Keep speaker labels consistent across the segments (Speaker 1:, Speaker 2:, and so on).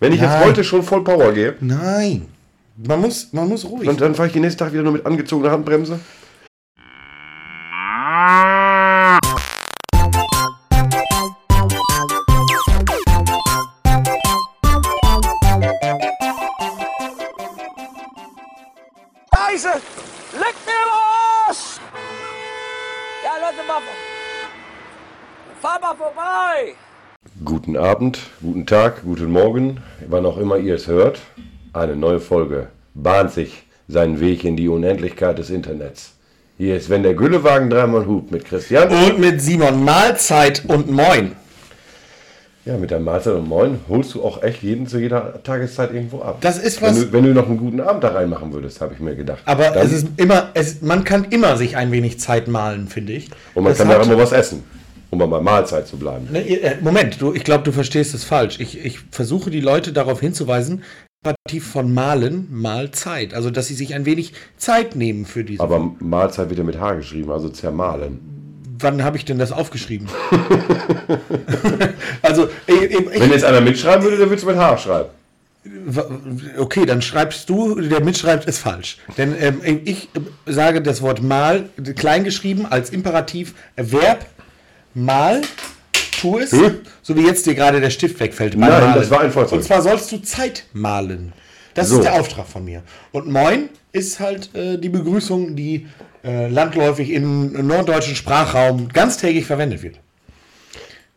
Speaker 1: Wenn ich jetzt
Speaker 2: Nein.
Speaker 1: heute schon voll Power gehe
Speaker 2: Nein. Man muss, man muss ruhig.
Speaker 1: und dann fahre ich den nächsten Tag wieder nur mit angezogener Handbremse.
Speaker 3: Scheiße! Leck mir was! Ja, Leute, mal. Fahr mal vorbei!
Speaker 1: Guten Abend, guten Tag, guten Morgen, wann auch immer ihr es hört. Eine neue Folge bahnt sich seinen Weg in die Unendlichkeit des Internets. Hier ist Wenn der Güllewagen dreimal hupt mit Christian.
Speaker 2: und mit Simon Mahlzeit und Moin.
Speaker 1: Ja, mit der Mahlzeit und Moin holst du auch echt jeden zu jeder Tageszeit irgendwo ab.
Speaker 2: Das ist
Speaker 1: wenn
Speaker 2: was-
Speaker 1: du, wenn du noch einen guten Abend da reinmachen würdest, habe ich mir gedacht.
Speaker 2: Aber
Speaker 1: Dann-
Speaker 2: es ist immer, es, man kann immer sich ein wenig Zeit malen, finde ich.
Speaker 1: und man
Speaker 2: Das
Speaker 1: kann
Speaker 2: hat-
Speaker 1: da immer was essen, um bei Mahlzeit zu bleiben.
Speaker 2: Ne, ihr- äh, Moment, du, ich glaube, du verstehst es falsch. Ich, ich versuche die Leute darauf hinzuweisen, Imperativ von Malen, Mahlzeit. Also, dass sie sich ein wenig Zeit nehmen für diese.
Speaker 1: Aber Mahlzeit wird ja mit H geschrieben, also zermahlen.
Speaker 2: Wann habe ich denn das aufgeschrieben? also, ich, ich,
Speaker 1: Wenn jetzt einer mitschreiben würde, dann würdest du mit H schreiben.
Speaker 2: W- Okay, dann schreibst du, der mitschreibt, ist falsch. Denn ähm, ich äh, sage das Wort mal äh, kleingeschrieben als Imperativ äh, Verb mal tu es,
Speaker 1: Hä?
Speaker 2: so wie jetzt dir gerade der Stift wegfällt. beim
Speaker 1: Hm? Nein,
Speaker 2: Malen.
Speaker 1: das war ein Vollzeug.
Speaker 2: Und zwar sollst du Zeit malen. Das
Speaker 1: So.
Speaker 2: ist der Auftrag von mir. Und moin ist halt äh, die Begrüßung, die äh, landläufig im norddeutschen Sprachraum ganztägig verwendet wird.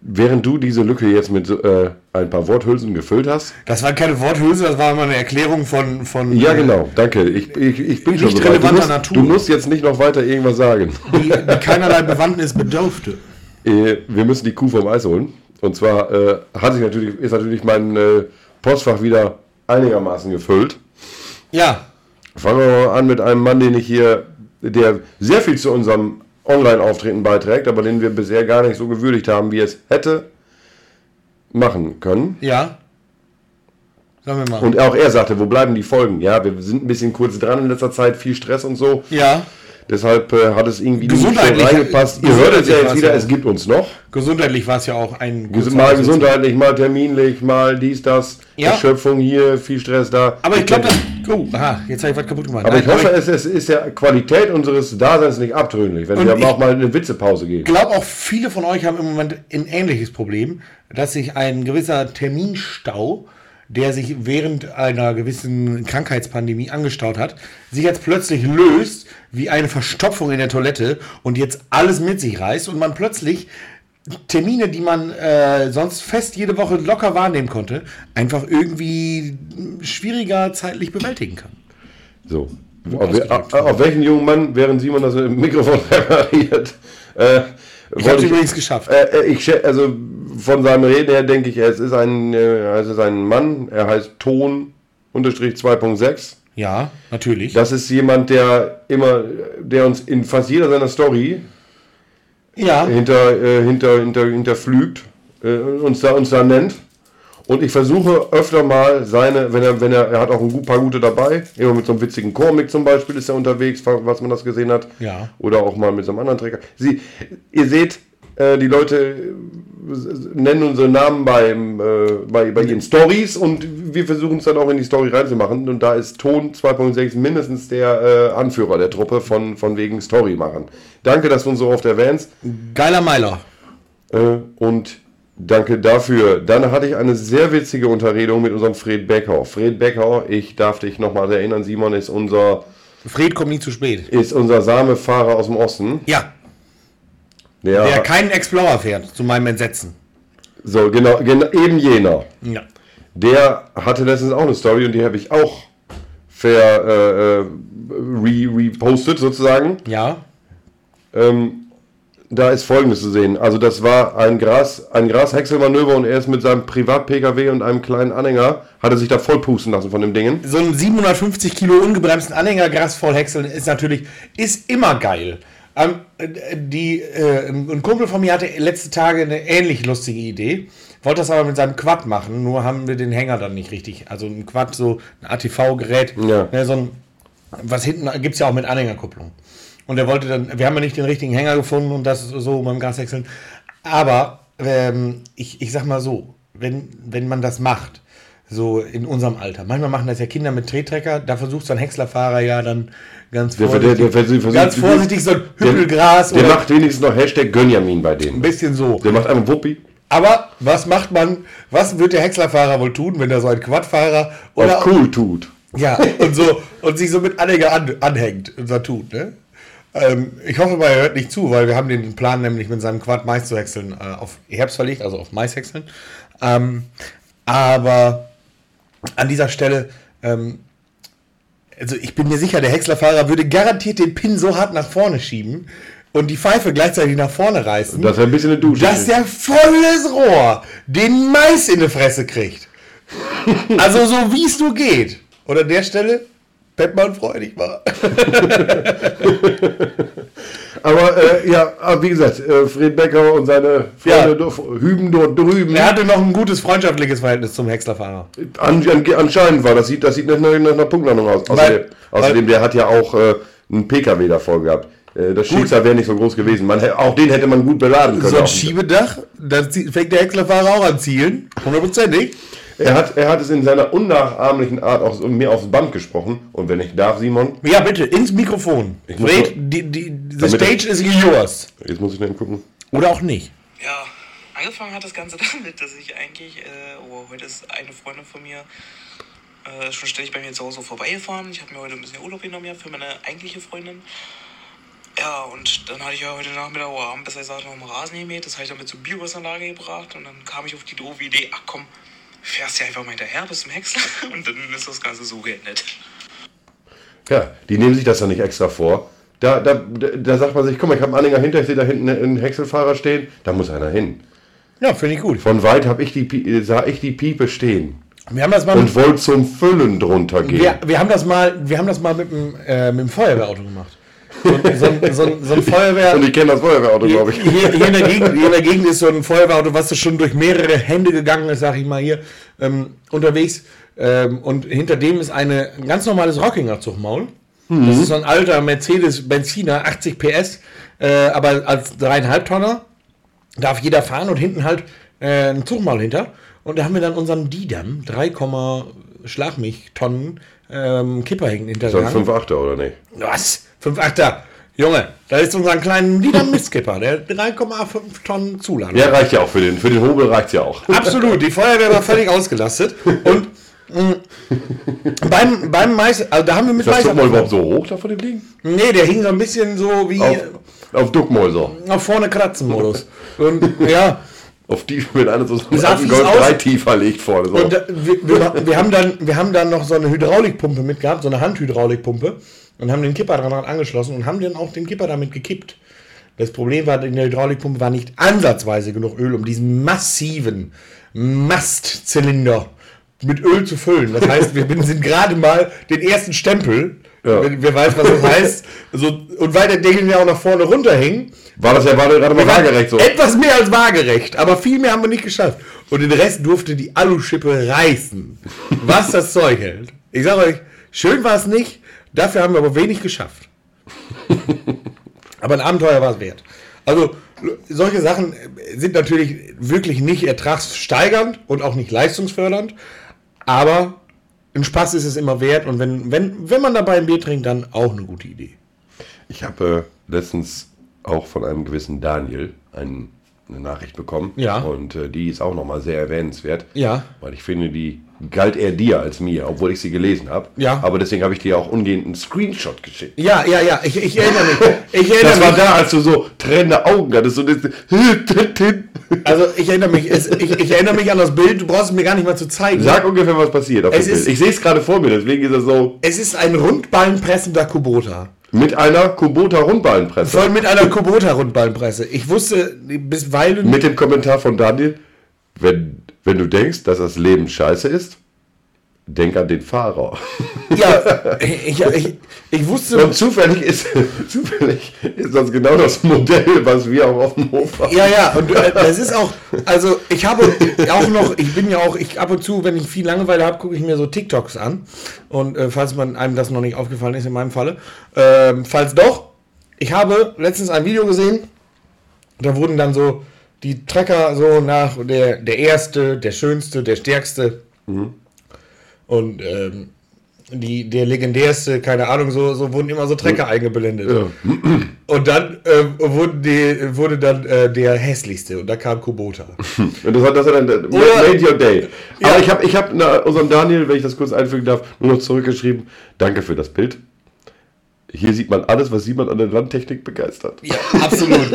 Speaker 1: Während du diese Lücke jetzt mit so, äh, ein paar Worthülsen gefüllt hast.
Speaker 2: Das war keine Worthülse, das war immer eine Erklärung von. von
Speaker 1: Ja,
Speaker 2: äh,
Speaker 1: genau, danke. Ich, ich, ich bin schon
Speaker 2: Nicht
Speaker 1: soweit. Du
Speaker 2: relevanter
Speaker 1: musst,
Speaker 2: Natur.
Speaker 1: du musst jetzt nicht noch weiter irgendwas sagen.
Speaker 2: Die, die keinerlei Bewandtnis bedurfte.
Speaker 1: Äh, wir müssen die Kuh vom Eis holen. Und zwar äh, hat sich natürlich, ist natürlich mein äh, Postfach wieder einigermaßen gefüllt.
Speaker 2: Ja,
Speaker 1: Fangen wir mal an mit einem Mann, den ich hier, der sehr viel zu unserem Online-Auftreten beiträgt, aber den wir bisher gar nicht so gewürdigt haben, wie er es hätte machen können.
Speaker 2: ja. Sagen wir mal.
Speaker 1: Und auch er sagte, wo bleiben die Folgen? Ja, wir sind ein bisschen kurz dran in letzter Zeit, viel Stress und so.
Speaker 2: ja,
Speaker 1: Deshalb äh, hat es irgendwie nicht so
Speaker 2: Gesundheitlich-
Speaker 1: reingepasst. Ihr hört es ja
Speaker 2: gesundheitlich
Speaker 1: jetzt
Speaker 2: war's
Speaker 1: wieder,
Speaker 2: ja.
Speaker 1: es gibt uns noch.
Speaker 2: gesundheitlich war es ja auch ein
Speaker 1: Wir sind Mal gesundheitlich, mal terminlich, mal dies, das.
Speaker 2: Ja.
Speaker 1: Erschöpfung hier, viel Stress da.
Speaker 2: Aber ich glaube, das. Oh, aha, jetzt habe ich was kaputt gemacht.
Speaker 1: Aber
Speaker 2: Nein,
Speaker 1: ich hoffe,
Speaker 2: aber
Speaker 1: es, es ist der Qualität unseres Daseins nicht abtrünnlich, wenn
Speaker 2: Und
Speaker 1: wir
Speaker 2: ich-
Speaker 1: auch mal eine Witzepause
Speaker 2: ich
Speaker 1: geben.
Speaker 2: glaube auch, viele von euch haben im Moment ein ähnliches Problem, dass sich ein gewisser Terminstau, der sich während einer gewissen Krankheitspandemie angestaut hat, sich jetzt plötzlich löst wie eine Verstopfung in der Toilette und jetzt alles mit sich reißt und man plötzlich Termine, die man äh, sonst fest jede Woche locker wahrnehmen konnte, einfach irgendwie schwieriger zeitlich bewältigen kann.
Speaker 1: So. Auf, we-
Speaker 2: ausgedrückt.
Speaker 1: auf welchen jungen Mann, während Simon das Mikrofon repariert, äh,
Speaker 2: Ich habe
Speaker 1: wollte
Speaker 2: es
Speaker 1: ich,
Speaker 2: übrigens geschafft.
Speaker 1: äh, äh, ich schä- also von seinem Reden her denke ich, es ist ein, äh, es ist ein Mann, er heißt Ton unterstrich 2.6.
Speaker 2: Ja, natürlich.
Speaker 1: Das ist jemand, der immer, der uns in fast jeder seiner Story
Speaker 2: ja,
Speaker 1: hinter, äh, hinter, hinter, hinterflügt, äh, uns, da, uns da nennt. Und ich versuche öfter mal seine, wenn er, wenn er, er hat auch ein gut- paar gute dabei, immer mit so einem witzigen Comic zum Beispiel ist er unterwegs, fa- was man das gesehen hat.
Speaker 2: Ja.
Speaker 1: Oder auch mal mit so einem anderen Träger. Sie, ihr seht, äh, die Leute äh, s- s- nennen unsere Namen beim, äh, bei, bei ihren Stories und wir versuchen es dann auch in die Story reinzumachen. Und da ist Ton 2.6 mindestens der äh, Anführer der Truppe von, von wegen Story machen. Danke, dass du uns so oft erwähnst.
Speaker 2: geiler Meiler.
Speaker 1: Äh, und danke dafür. Dann hatte ich eine sehr witzige Unterredung mit unserem Fred Becker. Fred Becker, ich darf dich nochmal erinnern, Simon ist unser,
Speaker 2: Fred kommt nie zu spät.
Speaker 1: ist unser Samefahrer aus dem Osten.
Speaker 2: Ja,
Speaker 1: Der,
Speaker 2: der keinen Explorer fährt, zu meinem Entsetzen.
Speaker 1: so, genau, genau, eben jener.
Speaker 2: Ja.
Speaker 1: Der hatte letztens auch eine Story und die habe ich auch ver, äh, äh, re, repostet sozusagen.
Speaker 2: Ja.
Speaker 1: Ähm, da ist folgendes zu sehen. Also das war ein Gras, ein Grashäckselmanöver und er ist mit seinem Privat-Pkw und einem kleinen Anhänger, hat er sich da voll pusten lassen von dem Dingen.
Speaker 2: So ein 750 Kilo ungebremsten Anhänger Gras voll häckseln ist natürlich, ist immer geil. Ähm, äh, die, äh, ein Kumpel von mir hatte letzte Tage eine ähnlich lustige Idee, wollte das aber mit seinem Quad machen, nur haben wir den Hänger dann nicht richtig. Also ein Quad, so ein ATV-Gerät,
Speaker 1: Ja.
Speaker 2: ne, so ein, was hinten gibt es ja auch mit Anhängerkupplung. Und er wollte dann, wir haben ja nicht den richtigen Hänger gefunden und das so beim Gashäckseln. Aber ähm, ich, ich sag mal so, wenn, wenn man das macht, so in unserem Alter. Manchmal machen das ja Kinder mit Trettrecker, da versucht so ein Häckslerfahrer ja dann ganz
Speaker 1: Der, der,
Speaker 2: vorsichtig,
Speaker 1: der versucht,
Speaker 2: ganz vorsichtig so ein
Speaker 1: der,
Speaker 2: Hüppelgras
Speaker 1: der
Speaker 2: oder
Speaker 1: macht wenigstens noch Hashtag Gönjamin bei denen.
Speaker 2: ein bisschen so.
Speaker 1: Der macht einfach Wuppi.
Speaker 2: Aber was macht man, was wird der Häckslerfahrer wohl tun, wenn da so ein Quadfahrer oder
Speaker 1: Auf cool tut.
Speaker 2: Ja, und so und sich so mit Anhänger an, anhängt und so tut, ne? Ähm, ich hoffe mal, er hört nicht zu, weil wir haben den Plan nämlich mit seinem Quad Mais zu häckseln äh, auf Herbst verlegt, also auf Mais häckseln. Ähm, aber an dieser Stelle, ähm, also ich bin mir sicher, der Häckslerfahrer würde garantiert den Pin so hart nach vorne schieben und die Pfeife gleichzeitig nach vorne reißen,
Speaker 1: Das ist ein bisschen eine Dusche.
Speaker 2: dass der volles Rohr den Mais in die Fresse kriegt. Also so wie es nur geht. Und an der Stelle, Bettmann freudig war.
Speaker 1: Aber äh, ja, aber wie gesagt, äh, Fred Becker und seine
Speaker 2: Ja.
Speaker 1: Freunde do- hüben dort drüben.
Speaker 2: Er hatte noch ein gutes freundschaftliches Verhältnis zum Häckslerfahrer.
Speaker 1: An, an, anscheinend war das sieht, das sieht nach, einer- nach einer Punktlandung aus. Außerdem,
Speaker 2: Weil-
Speaker 1: außerdem der hat ja auch äh, einen PKW davor gehabt. Äh, das Schicksal wäre nicht so groß gewesen. Man, hä- auch den hätte man gut beladen können.
Speaker 2: So ein
Speaker 1: Auf-
Speaker 2: Schiebedach, dann zie- fängt der Häckslerfahrer auch an Zielen. Hundertprozentig.
Speaker 1: er, hat, er hat es in seiner unnachahmlichen Art auch so- mir aufs Band gesprochen. Und wenn ich darf, Simon,
Speaker 2: Ja, bitte, ins Mikrofon.
Speaker 1: muss
Speaker 2: Fred,
Speaker 1: so-
Speaker 2: die, die, the
Speaker 1: Damit-
Speaker 2: stage is yours.
Speaker 1: jetzt muss ich noch gucken.
Speaker 2: Oder auch nicht.
Speaker 4: Ja, angefangen hat das Ganze damit, dass ich eigentlich, äh, oh, heute ist eine Freundin von mir äh, schon ständig bei mir zu Hause vorbeigefahren. Ich habe mir heute ein bisschen Urlaub genommen ja, für meine eigentliche Freundin. Ja, und dann hatte ich ja heute Nachmittag oder Abend besser gesagt noch einen Rasen gemäht. Das habe ich dann mit zur Biogasanlage gebracht und dann kam ich auf die doofe Idee, ach komm, fährst ja einfach mal hinterher bis zum Häcksler und dann ist das Ganze so geendet.
Speaker 1: Ja, die nehmen sich das ja nicht extra vor. Da, da, da, da sagt man sich, guck mal, ich habe einen Anhänger hinter, ich sehe da hinten einen Häckselfahrer stehen. Da muss einer hin.
Speaker 2: Ja, finde ich gut.
Speaker 1: Von weit hab ich die, Pi- äh, sah ich die Piepe stehen
Speaker 2: Wir haben das mal
Speaker 1: und
Speaker 2: mit,
Speaker 1: wollte zum Füllen drunter gehen.
Speaker 2: wir, wir haben das mal, wir haben das mal mit, dem, äh, mit dem Feuerwehrauto gemacht. So, ein- so, ein- so, ein- so ein Feuerwehr.
Speaker 1: Und ich kenne das Feuerwehrauto, glaube ich.
Speaker 2: Hier, hier, in der Gegend, hier in der Gegend ist so ein Feuerwehrauto, was so schon durch mehrere Hände gegangen ist, sag ich mal hier, ähm, unterwegs. Ähm, und hinter dem ist eine, ein ganz normales Rockinger Zugmaul.
Speaker 1: Mhm.
Speaker 2: Das ist so ein alter Mercedes Benziner, 80 PS, äh, aber als dreieinhalb Tonner darf jeder fahren und hinten halt äh, ein Zugmaul hinter. Und da haben wir dann unseren Didam, 3, Schlag mich, Tonnen ähm, Kipper hinten
Speaker 1: So ein
Speaker 2: hintergegangen.
Speaker 1: 5,8er oder nicht?
Speaker 2: Was? 5,8er. Junge, da ist unser kleinen Lieder Mistkipper, der 3,5 Tonnen Zuladung.
Speaker 1: Ja, reicht ja auch für den. Für den Hobel reicht ja auch.
Speaker 2: Absolut, die Feuerwehr war völlig ausgelastet. Ah, Und mh, beim, beim Mais, also da haben wir mit
Speaker 1: Das
Speaker 2: Mais.
Speaker 1: tut mal überhaupt so hoch da von dem Ding?
Speaker 2: Nee, der hing so ein bisschen so wie
Speaker 1: Auf, auf Duckmäuser.
Speaker 2: nach vorne kratzen Modus. Und ja,
Speaker 1: Auf die, wenn einer so so
Speaker 2: Sah
Speaker 1: einen
Speaker 2: fies
Speaker 1: Golf
Speaker 2: aus.
Speaker 1: 3 tiefer legt vorne. So.
Speaker 2: Und äh, da, wir, wir, wir, haben dann, wir haben dann noch so eine Hydraulikpumpe mitgehabt, so eine Handhydraulikpumpe und haben den Kipper daran angeschlossen und haben dann auch den Kipper damit gekippt. Das Problem war, in der Hydraulikpumpe war nicht ansatzweise genug Öl, um diesen massiven Mastzylinder mit Öl zu füllen. Das heißt, wir bin- sind gerade mal den ersten Stempel,
Speaker 1: Ja.
Speaker 2: wenn, wer weiß, was das heißt, so, und weil der Deckel ja auch nach vorne runterhing,
Speaker 1: war das ja war gerade mal waagerecht so.
Speaker 2: Etwas mehr als waagerecht, aber viel mehr haben wir nicht geschafft. Und den Rest durfte die Aluschippe reißen, was das Zeug hält. Ich sage euch, schön war es nicht, dafür haben wir aber wenig geschafft. Aber ein Abenteuer war es wert. Also solche Sachen sind natürlich wirklich nicht ertragssteigernd und auch nicht leistungsfördernd, aber ein Spaß ist es immer wert und wenn, wenn, wenn man dabei ein Bier trinkt, dann auch eine gute Idee.
Speaker 1: Ich habe äh, letztens auch von einem gewissen Daniel einen, eine Nachricht bekommen.
Speaker 2: Ja.
Speaker 1: Und äh, die ist auch nochmal sehr erwähnenswert.
Speaker 2: Ja.
Speaker 1: Weil ich finde, die galt eher dir als mir, obwohl ich sie gelesen habe.
Speaker 2: Ja.
Speaker 1: Aber deswegen habe ich dir auch umgehend einen Screenshot geschickt.
Speaker 2: Ja, ja, ja, ich, ich erinnere mich. Ich erinnere
Speaker 1: Das
Speaker 2: mich.
Speaker 1: war da, als du so tränende Augen hattest und jetzt-
Speaker 2: Also ich erinnere mich, es, ich, ich erinnere mich an das Bild, du brauchst es mir gar nicht mal zu zeigen.
Speaker 1: Sag ungefähr, was passiert. Auf
Speaker 2: Es
Speaker 1: dem Bild.
Speaker 2: ist-
Speaker 1: ich sehe es gerade vor mir, deswegen ist er so
Speaker 2: Es ist ein rundballenpressender Kubota.
Speaker 1: mit einer Kubota Rundballenpresse.
Speaker 2: Voll mit einer Kubota-Rundballenpresse. Ich wusste bisweilen...
Speaker 1: Mit dem Kommentar von Daniel, wenn, wenn du denkst, dass das Leben scheiße ist, denk an den Fahrer.
Speaker 2: ja, ich, ich, ich wusste...
Speaker 1: Und zufällig ist, zufällig ist das genau das Modell, was wir auch auf dem Hof haben.
Speaker 2: Ja, ja, und äh, das ist auch, also ich habe auch noch, ich bin ja auch, ich ab und zu, wenn ich viel Langeweile habe, gucke ich mir so TikToks an. Und äh, falls man einem das noch nicht aufgefallen ist, in meinem Falle, ähm, falls doch, ich habe letztens ein Video gesehen, da wurden dann so die Trecker so nach der, der erste, der schönste, der stärkste Und ähm, die, der legendärste, keine Ahnung, so, so wurden immer so Trecker eingeblendet. Und dann ähm, wurden die, wurde dann äh, der hässlichste und da kam Kubota.
Speaker 1: Und das hat, das hat dann, das
Speaker 2: Oder-
Speaker 1: made your day. Aber ich habe ich hab na- unserem Daniel, wenn ich das kurz einfügen darf, nur noch zurückgeschrieben, danke für das Bild. Hier sieht man alles, was jemand an der Landtechnik begeistert.
Speaker 2: Ja, absolut.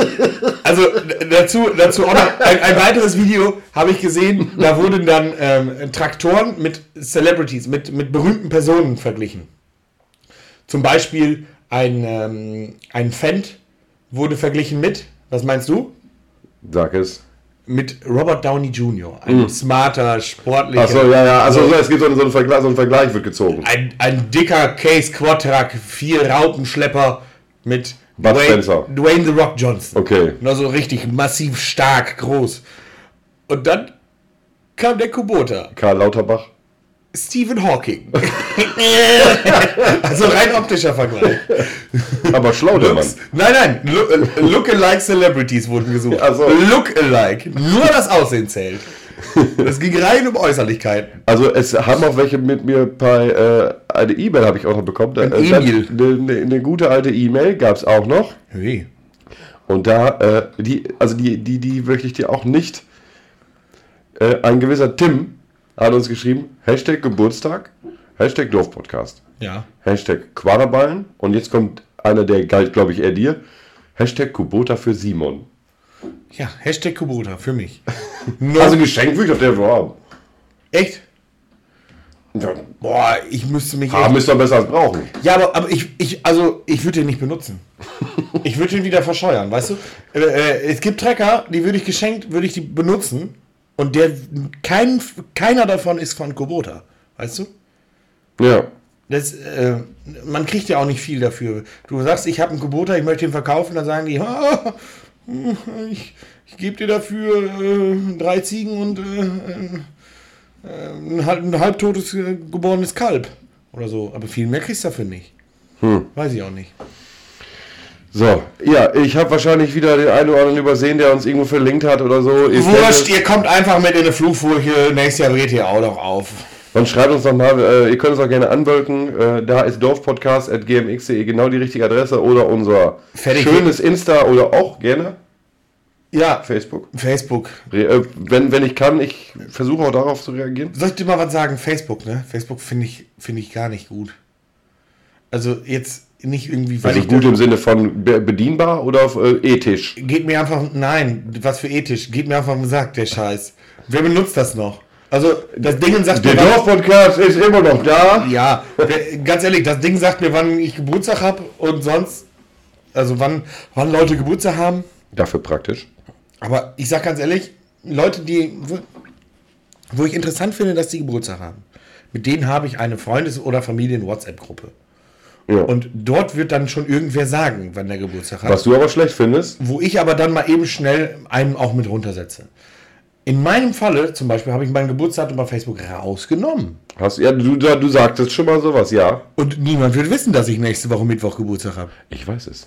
Speaker 2: Also d- dazu, dazu auch noch ein, ein weiteres Video habe ich gesehen, da wurden dann ähm, Traktoren mit Celebrities, mit, mit berühmten Personen verglichen. Zum Beispiel ein, ähm, ein Fendt wurde verglichen mit, was meinst du?
Speaker 1: Sag es.
Speaker 2: Mit Robert Downey Jr., ein smarter, sportlicher.
Speaker 1: Achso, ja, ja. Also so, es gibt so einen, so einen Vergleich, so ein Vergleich wird gezogen.
Speaker 2: ein, ein dicker Case Quadrack, vier Raupenschlepper mit
Speaker 1: Bud
Speaker 2: Dwayne,
Speaker 1: Spencer.
Speaker 2: Dwayne The Rock Johnson.
Speaker 1: Okay.
Speaker 2: Nur so richtig massiv stark, groß. Und dann kam der Kubota,
Speaker 1: Karl Lauterbach.
Speaker 2: Stephen Hawking. also rein optischer Vergleich.
Speaker 1: Aber schlau, der Mann.
Speaker 2: Nein, nein, look- äh, Look-alike Celebrities wurden gesucht.
Speaker 1: Ach so.
Speaker 2: Look-alike. Nur das Aussehen zählt. Es ging rein um Äußerlichkeiten.
Speaker 1: Also es haben auch welche mit mir bei äh, eine E-Mail habe ich auch noch bekommen. Ein
Speaker 2: E-Mail.
Speaker 1: Eine, eine gute alte E-Mail gab es auch noch.
Speaker 2: Hey.
Speaker 1: Und da, äh, die, also die, die, die wirklich die auch nicht. Äh, ein gewisser Tim hat uns geschrieben, Hashtag Geburtstag, Hashtag Dorfpodcast,
Speaker 2: Ja.
Speaker 1: Hashtag Quaderballen und jetzt kommt einer, der galt, glaube ich, eher dir. Hashtag Kubota für Simon.
Speaker 2: Ja, Hashtag Kubota für mich.
Speaker 1: Also ein Geschenk würde ich auf der wow.
Speaker 2: Echt?
Speaker 1: Ja,
Speaker 2: Boah, ich müsste mich.
Speaker 1: haben
Speaker 2: echt,
Speaker 1: ist doch besser als brauchen.
Speaker 2: ja, aber, aber ich, ich, also ich würde den nicht benutzen. ich würde den wieder verscheuern, weißt du? Äh, äh, es gibt Trecker, die würde ich geschenkt, würde ich die benutzen. Und der kein, keiner davon ist von Kubota, weißt du?
Speaker 1: Ja.
Speaker 2: Das, äh, man kriegt ja auch nicht viel dafür. Du sagst, ich habe einen Kubota, ich möchte ihn verkaufen, dann sagen die, "Ah, ich, ich gebe dir dafür äh, drei Ziegen und äh, äh, ein, halb, ein halbtotes äh, geborenes Kalb oder so. Aber viel mehr kriegst du dafür nicht. Weiß ich auch nicht.
Speaker 1: So, ja, ich habe wahrscheinlich wieder den einen oder anderen übersehen, der uns irgendwo verlinkt hat oder so. Ihr kennt es.
Speaker 2: Wurscht, ihr kommt einfach mit in eine Flugfurche. Nächstes Jahr dreht ihr auch noch auf.
Speaker 1: Dann schreibt uns nochmal, äh, ihr könnt uns auch gerne anwölken. Äh, da ist dorfpodcast.gmx.de genau die richtige Adresse oder unser
Speaker 2: Fertig.
Speaker 1: schönes Insta oder auch gerne
Speaker 2: Ja,
Speaker 1: Facebook.
Speaker 2: Facebook.
Speaker 1: Re äh, wenn, wenn ich kann, ich versuche auch darauf zu reagieren.
Speaker 2: Soll ich dir mal was sagen? Facebook, ne? Facebook finde ich, finde ich gar nicht gut. Also jetzt nicht irgendwie, weil
Speaker 1: Also
Speaker 2: ich
Speaker 1: gut im Sinne von be bedienbar oder auf, äh, ethisch.
Speaker 2: Geht mir einfach, nein, was für ethisch, geht mir einfach auf den Sack, der Scheiß. Wer benutzt das noch? Also, das Ding sagt
Speaker 1: Der
Speaker 2: mir, wann,
Speaker 1: Dorfpodcast ist immer noch da.
Speaker 2: ja, wer- ganz ehrlich, das Ding sagt mir, wann ich Geburtstag habe und sonst, also wann, wann Leute Geburtstag haben.
Speaker 1: Dafür praktisch.
Speaker 2: Aber ich sag ganz ehrlich, Leute, die, wo, wo ich interessant finde, dass die Geburtstag haben, mit denen habe ich eine Freundes- oder Familien-WhatsApp-Gruppe.
Speaker 1: Ja.
Speaker 2: Und dort wird dann schon irgendwer sagen, wann der Geburtstag hat.
Speaker 1: Was du aber schlecht findest,
Speaker 2: wo ich aber dann mal eben schnell einen auch mit runtersetze. In meinem Falle zum Beispiel habe ich meinen Geburtsdatum bei Facebook rausgenommen.
Speaker 1: hast ja du, du sagtest schon mal sowas, ja.
Speaker 2: Und niemand wird wissen, dass ich nächste Woche Mittwoch Geburtstag habe.
Speaker 1: Ich weiß es.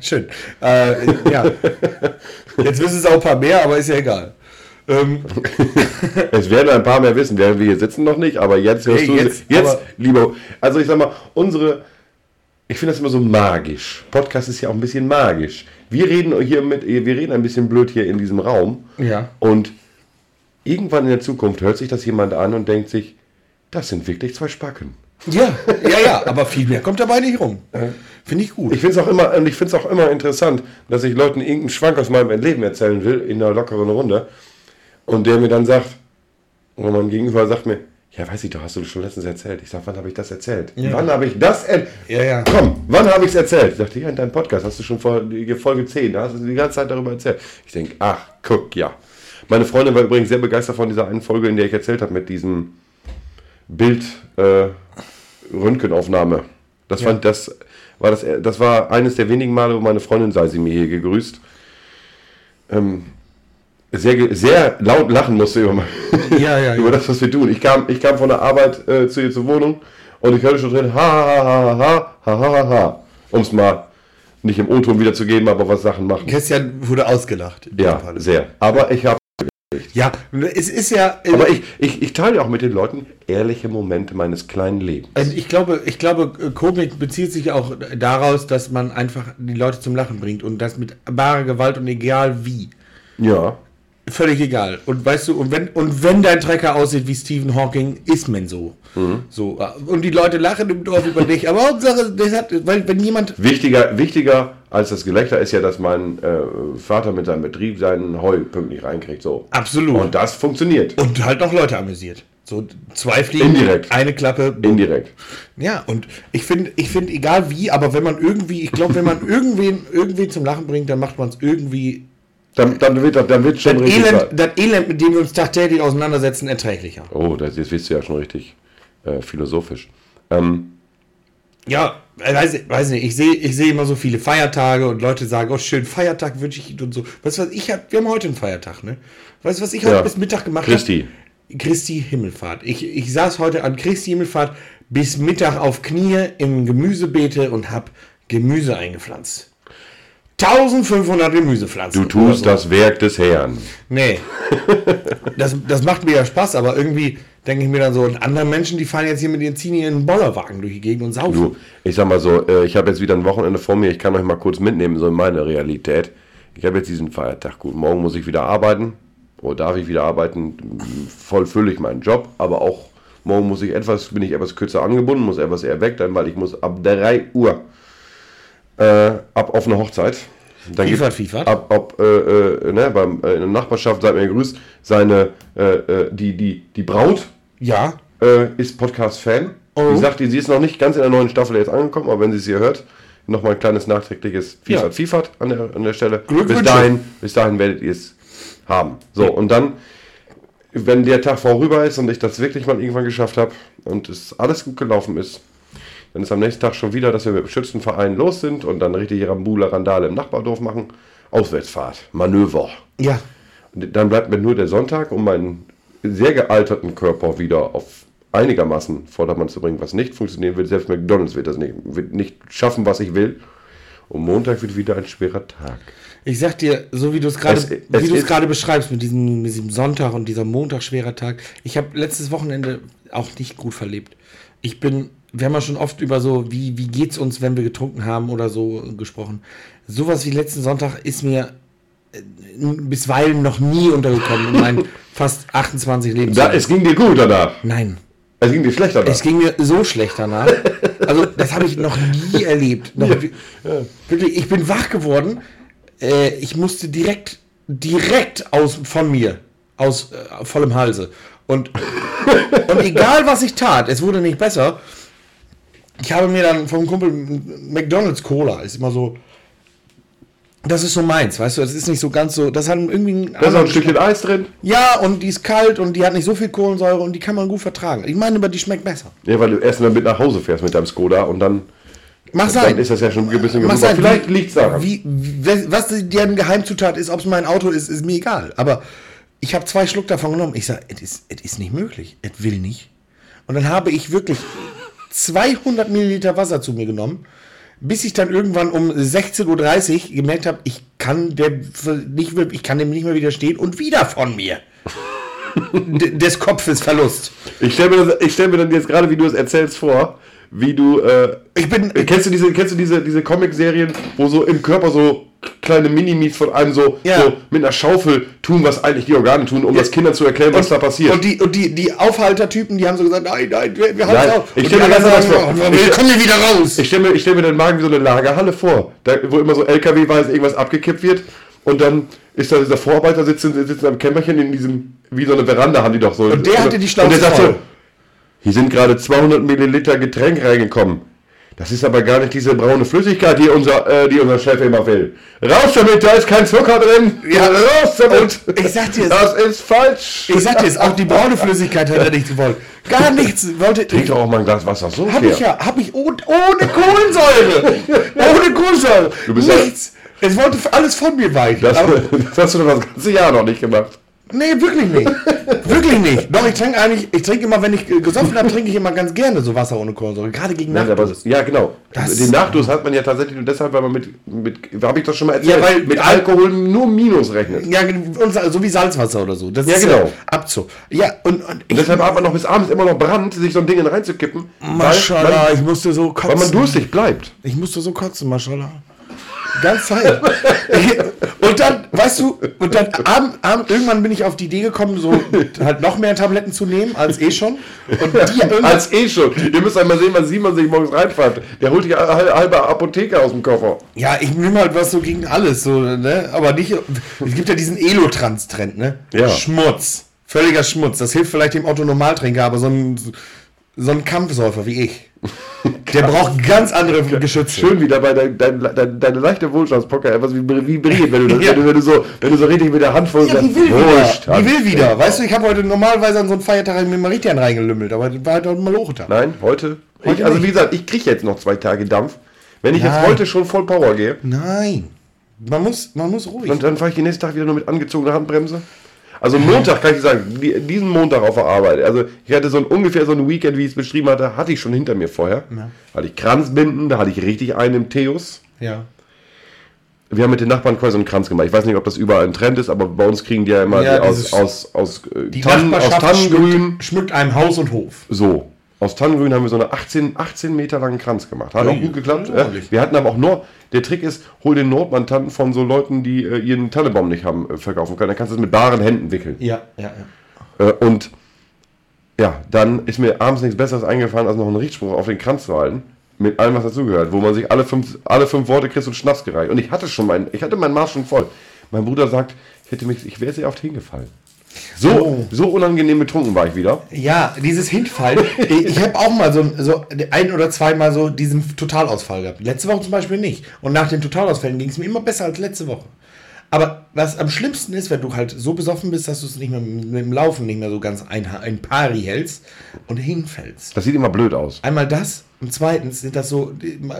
Speaker 2: Schön. Äh, ja. Jetzt wissen es auch ein paar mehr, aber ist ja egal. Ähm,
Speaker 1: Es werden ein paar mehr wissen, während wir hier sitzen noch nicht, aber jetzt hörst
Speaker 2: Hey,
Speaker 1: du
Speaker 2: jetzt,
Speaker 1: jetzt
Speaker 2: aber-
Speaker 1: lieber. Also ich sag mal, unsere ich finde das immer so magisch. Podcast ist ja auch ein bisschen magisch. Wir reden hier mit wir reden ein bisschen blöd hier in diesem Raum
Speaker 2: Ja.
Speaker 1: und irgendwann in der Zukunft hört sich das jemand an und denkt sich, das sind wirklich zwei Spacken.
Speaker 2: ja, ja, ja, aber viel mehr kommt dabei nicht rum. Finde Äh. ich gut.
Speaker 1: Ich finde es auch immer und ich finde es auch immer interessant, dass ich Leuten irgendeinen Schwank aus meinem Leben erzählen will in einer lockeren Runde und der mir dann sagt, oder mein Gegenüber sagt mir, ja, weiß ich doch, hast du schon letztens erzählt. Ich sag, wann habe ich das erzählt? Wann habe ich das erzählt?
Speaker 2: Ja, ja.
Speaker 1: Komm, wann habe ich es erzählt? Ich dachte, ja, in deinem Podcast hast du schon vor die Folge 10, da hast du die ganze Zeit darüber erzählt. Ich denke, ach, guck, ja. Meine Freundin war übrigens sehr begeistert von dieser einen Folge, in der ich erzählt habe mit diesem Bild äh, Röntgenaufnahme. Das fand das war das das war eines der wenigen Male, wo meine Freundin sei sie mir hier gegrüßt. Ähm, sehr, ge- sehr laut lachen musste über, mein-
Speaker 2: Ja, ja,
Speaker 1: über das, was wir tun. Ich kam, ich kam von der Arbeit äh, zu ihr zur Wohnung und ich hörte schon drin, ha, ha, ha, ha, ha, ha, ha, ha. Um es mal nicht im O-Ton wiederzugeben, aber was Sachen machen.
Speaker 2: Christian wurde ausgelacht.
Speaker 1: Ja, sehr. Aber ich habe
Speaker 2: Ja, es ist ja.
Speaker 1: Aber ich, ich, ich teile ja auch mit den Leuten ehrliche Momente meines kleinen Lebens.
Speaker 2: Also ich glaube, ich glaube, Komik bezieht sich auch daraus, dass man einfach die Leute zum Lachen bringt und das mit barer Gewalt und egal wie.
Speaker 1: Ja.
Speaker 2: Völlig egal. Und weißt du, und wenn, und wenn dein Trecker aussieht wie Stephen Hawking, ist man so. so. äh, Und die Leute lachen im Dorf über dich. Aber Hauptsache, das hat, weil, wenn jemand.
Speaker 1: Wichtiger, wichtiger als das Gelächter ist ja, dass mein äh, Vater mit seinem Betrieb seinen Heu pünktlich reinkriegt. So.
Speaker 2: Absolut.
Speaker 1: Und das funktioniert.
Speaker 2: Und halt auch Leute amüsiert. So zwei Fliegen,
Speaker 1: Indirekt.
Speaker 2: eine Klappe. boom.
Speaker 1: Indirekt.
Speaker 2: Ja, und ich finde, ich finde, egal wie, aber wenn man irgendwie, ich glaube, wenn man irgendwen, irgendwen zum Lachen bringt, dann macht man es irgendwie.
Speaker 1: Dann, dann wird dann wird schon
Speaker 2: Das
Speaker 1: richtig.
Speaker 2: Elend,
Speaker 1: sein.
Speaker 2: das Elend, mit dem wir uns tagtäglich auseinandersetzen, erträglicher.
Speaker 1: Oh, das, jetzt wirst du ja schon richtig äh, philosophisch.
Speaker 2: Ja, äh, weiß, weiß nicht, ich sehe ich sehe immer so viele Feiertage und Leute sagen, oh schön, Feiertag wünsche ich Ihnen und so. Weißt du was, ich hab, wir haben heute einen Feiertag, ne? Weißt du was, ich heute
Speaker 1: Ja.
Speaker 2: bis Mittag gemacht habe?
Speaker 1: Christi.
Speaker 2: Christi Himmelfahrt. Ich, ich saß heute an Christi Himmelfahrt bis Mittag auf Knie im Gemüsebeete und hab Gemüse eingepflanzt. 1500 Gemüsepflanzen.
Speaker 1: Du tust das Werk des Herrn.
Speaker 2: Nee. Das, das macht mir ja Spaß, aber irgendwie denke ich mir dann so, und andere Menschen, die fahren jetzt hier mit ihren Ziehen ihren Bollerwagen durch die Gegend und saufen.
Speaker 1: Du, ich sag mal so, äh, ich habe jetzt wieder ein Wochenende vor mir, ich kann euch mal kurz mitnehmen, so in meine Realität. Ich habe jetzt diesen Feiertag, gut, morgen muss ich wieder arbeiten. Oder darf ich wieder arbeiten? Vollfülle ich meinen Job, aber auch morgen muss ich etwas, bin ich etwas kürzer angebunden, muss etwas eher weg, dann, weil ich muss ab 3 Uhr äh, ab auf eine Hochzeit. Dann
Speaker 2: Fiefert,
Speaker 1: geht-
Speaker 2: Fiefert.
Speaker 1: Ab, ab äh, äh, ne, beim, äh, in der Nachbarschaft, seid mir gegrüßt, seine, äh, äh, die, die, die Braut
Speaker 2: Ja.
Speaker 1: äh, ist Podcast-Fan.
Speaker 2: Oh.
Speaker 1: Sie sagt, sie ist noch nicht ganz in der neuen Staffel jetzt angekommen, aber wenn sie es hier hört, nochmal ein kleines nachträgliches
Speaker 2: Ja.
Speaker 1: Fiefert, Fiefert an der, an der Stelle.
Speaker 2: Glückwünsche.
Speaker 1: Bis dahin, bis dahin werdet ihr es haben. So, und dann, wenn der Tag vorüber ist und ich das wirklich mal irgendwann geschafft habe und es alles gut gelaufen ist, dann ist am nächsten Tag schon wieder, dass wir mit dem Schützenverein los sind und dann richtig Rambula Randale im Nachbardorf machen. Auswärtsfahrt, Manöver.
Speaker 2: Ja.
Speaker 1: Dann bleibt mir nur der Sonntag, um meinen sehr gealterten Körper wieder auf einigermaßen Vordermann zu bringen, was nicht funktionieren wird. Selbst McDonalds wird das nicht, wird nicht schaffen, was ich will. Und Montag wird wieder ein schwerer Tag.
Speaker 2: Ich sag dir, so wie du es gerade,
Speaker 1: Es- es
Speaker 2: wie du es
Speaker 1: ist-
Speaker 2: gerade beschreibst mit diesem, mit diesem Sonntag und dieser Montag schwerer Tag. Ich habe letztes Wochenende auch nicht gut verlebt. Ich bin, wir haben ja schon oft über so, wie wie geht's uns, wenn wir getrunken haben oder so gesprochen. Sowas wie letzten Sonntag ist mir äh, bisweilen noch nie untergekommen in meinen fast 28
Speaker 1: Da,
Speaker 2: Lebensjahren.
Speaker 1: es ging dir gut danach.
Speaker 2: Nein.
Speaker 1: Es ging dir schlecht danach.
Speaker 2: Es ging mir so schlecht danach. Also, das habe ich noch nie erlebt. Noch, Wirklich, ich bin wach geworden. Äh, ich musste direkt, direkt aus von mir, aus äh, vollem Halse. Und, und egal, was ich tat, es wurde nicht besser. Ich habe mir dann vom Kumpel McDonalds Cola, ist immer so. Das ist so meins, weißt du, das ist nicht so ganz so. Das hat irgendwie
Speaker 1: da
Speaker 2: einen
Speaker 1: ist auch
Speaker 2: anderen
Speaker 1: ein Stückchen Eis drin.
Speaker 2: ja, und die ist kalt und die hat nicht so viel Kohlensäure und die kann man gut vertragen. Ich meine, aber die schmeckt besser.
Speaker 1: Ja, weil du erst mal mit nach Hause fährst mit deinem Skoda und dann,
Speaker 2: Mach sein.
Speaker 1: dann ist das ja schon ein bisschen
Speaker 2: Mach
Speaker 1: gerufen.
Speaker 2: sein.
Speaker 1: Vielleicht liegt es daran.
Speaker 2: Wie, wie, was deren Geheimzutat ist, ob es mein Auto ist, ist mir egal. Aber ich habe zwei Schluck davon genommen. Ich sage, es ist, es ist nicht möglich. Es will nicht. Und dann habe ich wirklich 200 Milliliter Wasser zu mir genommen, bis ich dann irgendwann um 16.30 Uhr gemerkt habe, ich kann, der nicht mehr, ich kann dem nicht mehr widerstehen und wieder von mir. D- Des Kopfes Verlust.
Speaker 1: Ich stelle mir, das- ich stell mir dann jetzt gerade, wie du es erzählst, vor, wie du äh,
Speaker 2: Ich bin,
Speaker 1: Äh, Kennst du diese, kennst du diese, diese Comic-Serien, wo so im Körper so kleine Minimis von einem so,
Speaker 2: Ja.
Speaker 1: so mit einer Schaufel tun, was eigentlich die Organe tun, um das Kindern zu erklären, was da passiert?
Speaker 2: Und die, und die, die Aufhaltertypen, die haben so gesagt, nein, nein, wir, wir
Speaker 1: Nein,
Speaker 2: halten auf.
Speaker 1: ich
Speaker 2: und die
Speaker 1: stell mir
Speaker 2: anderen
Speaker 1: ganz anders
Speaker 2: sagen,
Speaker 1: vor.
Speaker 2: oh, wir
Speaker 1: Ich-
Speaker 2: kommen hier wieder raus.
Speaker 1: ich stelle mir, ich stell mir den Magen wie so eine Lagerhalle vor, da, wo immer so LKW-weise irgendwas abgekippt wird und dann ist da dieser Vorarbeiter sitzen, sitzen am Kämmerchen in diesem, wie so eine Veranda haben die doch so. Und
Speaker 2: der hatte die
Speaker 1: Und
Speaker 2: Schnauze
Speaker 1: der sagt so,
Speaker 2: voll.
Speaker 1: hier sind gerade 200 Milliliter Getränk reingekommen. Das ist aber gar nicht diese braune Flüssigkeit, die unser, äh, die unser Chef immer will. Raus damit, da ist kein Zucker drin. Ja, raus damit.
Speaker 2: Und ich sag dir,
Speaker 1: das ist falsch.
Speaker 2: ich sagte es, auch die braune Flüssigkeit hat er nicht gewollt. Gar nichts. Wollte,
Speaker 1: Trink doch auch mal ein Glas Wasser. So,
Speaker 2: hab
Speaker 1: Pierre.
Speaker 2: ich ja, hab ich oh, ohne Kohlensäure. ohne Kohlensäure.
Speaker 1: Du bist ja-
Speaker 2: nichts. es wollte alles von mir weichen.
Speaker 1: Das,
Speaker 2: aber,
Speaker 1: das hast du doch das ganze Jahr noch nicht gemacht.
Speaker 2: Nee, wirklich nicht. wirklich nicht. Doch, ich trinke eigentlich, ich trinke immer, wenn ich äh, gesoffen habe, trinke ich immer ganz gerne so Wasser ohne Kohlensäure. Gerade gegen
Speaker 1: Nein,
Speaker 2: Nacht.
Speaker 1: aber, ja, genau.
Speaker 2: Das-
Speaker 1: Den Nachdurst hat man ja tatsächlich nur deshalb, weil man mit, mit habe ich das schon mal erzählt,
Speaker 2: Ja, weil-
Speaker 1: mit Alkohol nur Minus rechnet.
Speaker 2: Ja, genau, und, sa- so wie Salzwasser oder so. Das
Speaker 1: Ja,
Speaker 2: ist
Speaker 1: genau.
Speaker 2: Abzug. Ja, und, und
Speaker 1: Und deshalb hat man noch bis abends immer noch Brand, sich so ein Ding in reinzukippen, weil,
Speaker 2: Maschallah,
Speaker 1: weil,
Speaker 2: ich musste so kotzen.
Speaker 1: weil man durstig bleibt.
Speaker 2: Ich musste so kotzen, Maschallah. Ganz Zeit. und dann, weißt du, und dann abend, abend, irgendwann bin ich auf die Idee gekommen, so halt noch mehr Tabletten zu nehmen als eh schon. Und die irgendwann,
Speaker 1: Als eh schon. Ihr müsst einmal sehen, was Simon sich morgens reinpfeift. Der holt die hal- halbe Apotheke aus dem Koffer.
Speaker 2: ja, ich nehme halt was so gegen alles, so, ne? Aber nicht. Es gibt ja diesen Elotrans-Trend, ne?
Speaker 1: Ja.
Speaker 2: Schmutz. Völliger Schmutz. Das hilft vielleicht dem Autonormaltrinker, aber so ein, so ein Kampfsäufer wie ich. Der braucht ganz andere Geschütze.
Speaker 1: Schön wieder bei dein, dein, dein, deine leichte Wohlstandspocker, etwas wie, wie Brie, wenn du, das,
Speaker 2: Ja.
Speaker 1: wenn, du, wenn, du so, wenn du so richtig mit der Hand voll
Speaker 2: Ja, die will wieder.
Speaker 1: Wohlstand.
Speaker 2: Die will wieder. Weißt du, ich habe heute normalerweise an so einem Feiertag in den Maritian reingelümmelt, aber das war halt auch mal Hochtag.
Speaker 1: Nein, heute.
Speaker 2: Heute
Speaker 1: ich, also
Speaker 2: nicht.
Speaker 1: wie gesagt, ich kriege jetzt noch zwei Tage Dampf. Wenn ich jetzt
Speaker 2: Nein.
Speaker 1: heute schon voll Power gehe,
Speaker 2: Nein. Man muss, man muss ruhig.
Speaker 1: Und dann fahre ich den nächsten Tag wieder nur mit angezogener Handbremse. Also Montag kann ich dir sagen, die- diesen Montag auf der Arbeit. Also ich hatte so ein, ungefähr so ein Weekend, wie ich es beschrieben hatte, hatte ich schon hinter mir vorher. Hatte ich Kranzbinden, da hatte ich richtig einen im Theus.
Speaker 2: ja.
Speaker 1: Wir haben mit den Nachbarn quasi so einen Kranz gemacht. Ich weiß nicht, ob das überall ein Trend ist, aber bei uns kriegen die ja immer
Speaker 2: Ja,
Speaker 1: die aus,
Speaker 2: dieses-
Speaker 1: aus, aus, äh,
Speaker 2: Die
Speaker 1: Tannen, aus
Speaker 2: Nachbarschaft
Speaker 1: Tannengrün.
Speaker 2: schmückt, schmückt einem Haus und Hof.
Speaker 1: So. Aus Tannengrün haben wir so einen 18, 18 Meter langen Kranz gemacht. Hat auch gut geklappt.
Speaker 2: ja,
Speaker 1: Ja,
Speaker 2: ordentlich.
Speaker 1: wir hatten aber auch nur, der Trick ist, hol den Nordmann-Tannen von so Leuten, die äh, ihren Tannenbaum nicht haben äh, verkaufen können. Dann kannst du es mit baren Händen wickeln.
Speaker 2: Ja, ja, ja.
Speaker 1: Äh, und ja, dann ist mir abends nichts Besseres eingefallen, als noch einen Richtspruch auf den Kranz zu halten. Mit allem, was dazugehört, wo man sich alle fünf, alle fünf Worte kriegst und Schnaps gereicht. Und ich hatte schon meinen, ich hatte meinen Marsch schon voll. Mein Bruder sagt, ich hätte mich, ich wäre sehr oft hingefallen. So,
Speaker 2: Oh.
Speaker 1: so unangenehm betrunken war ich wieder.
Speaker 2: Ja, dieses Hinfallen. ich habe auch mal so, so ein oder zweimal so diesen Totalausfall gehabt. Letzte Woche zum Beispiel nicht. Und nach den Totalausfällen ging es mir immer besser als letzte Woche. Aber was am schlimmsten ist, wenn du halt so besoffen bist, dass du es nicht mehr mit dem Laufen nicht mehr so ganz ein, ein Pari hältst und hinfällst.
Speaker 1: Das sieht immer blöd aus.
Speaker 2: Einmal das und zweitens sind das so,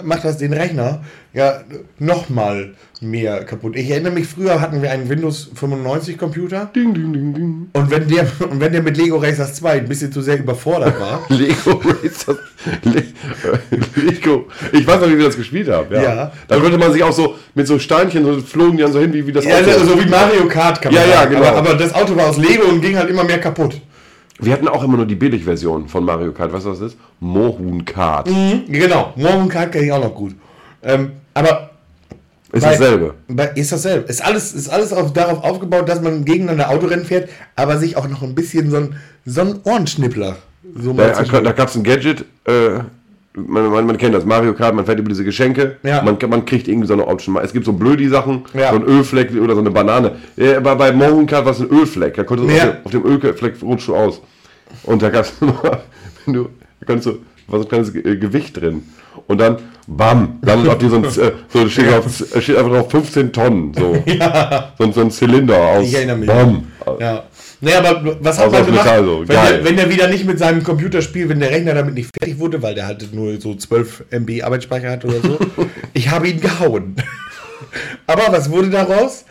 Speaker 2: macht das den Rechner ja nochmal mehr kaputt. Ich erinnere mich, früher hatten wir einen Windows 95 Computer
Speaker 1: Ding, ding, ding, ding.
Speaker 2: und wenn der, und wenn der mit Lego Racers 2 ein bisschen zu sehr überfordert war,
Speaker 1: Lego Racers. Le Lego. Ich weiß noch, wie wir das gespielt haben. Ja.
Speaker 2: Ja.
Speaker 1: Da konnte man sich auch so mit so Steinchen, so flogen die dann so hin, wie, wie das
Speaker 2: Ja,
Speaker 1: Auto.
Speaker 2: also so wie Mario Kart kann
Speaker 1: Ja, ja,
Speaker 2: sagen.
Speaker 1: genau.
Speaker 2: Aber, aber das Auto war aus Lego und ging halt immer mehr kaputt.
Speaker 1: Wir hatten auch immer nur die Billig-Version von Mario Kart. Weißt du, was das ist? Mohun Kart.
Speaker 2: Genau, Mario Kart kenne ich auch noch gut. Ähm, aber
Speaker 1: Ist
Speaker 2: bei-
Speaker 1: dasselbe.
Speaker 2: Bei, ist dasselbe. Ist alles, ist alles auf, darauf aufgebaut, dass man gegeneinander Autorennen fährt, aber sich auch noch ein bisschen so ein, so ein Ohrenschnippler so mal
Speaker 1: Äh, Da,
Speaker 2: zwischendurch-
Speaker 1: da gab es ein Gadget. Äh, man, man, man kennt das. Mario Kart, man fährt über diese Geschenke.
Speaker 2: Ja.
Speaker 1: Man, man kriegt irgendwie so eine Option. Es gibt so blödi Sachen.
Speaker 2: Ja.
Speaker 1: So ein Ölfleck oder so eine Banane. Äh, aber bei Mohun Kart war es ein Ölfleck. Da konntest du
Speaker 2: Ja.
Speaker 1: auf, dem, auf dem Ölfleck rutscht du aus. Und da gab es wenn du, da konntest du, war so ein kleines Ge- äh, Gewicht drin. Und dann, bam, dann auf die so ein, äh, so steht, auf, äh, steht einfach drauf 15 Tonnen. So, so, ein- so ein Zylinder aus.
Speaker 2: Ich erinnere mich.
Speaker 1: Bam.
Speaker 2: Ja. Naja, aber was hat
Speaker 1: Aus-
Speaker 2: man
Speaker 1: aus
Speaker 2: gemacht,
Speaker 1: Metall so.
Speaker 2: wenn,
Speaker 1: Geil.
Speaker 2: der, wenn der wieder nicht mit seinem Computerspiel, wenn der Rechner damit nicht fertig wurde, weil der hatte nur so 12 MB Arbeitsspeicher hat oder so. ich habe ihn gehauen. aber was wurde daraus?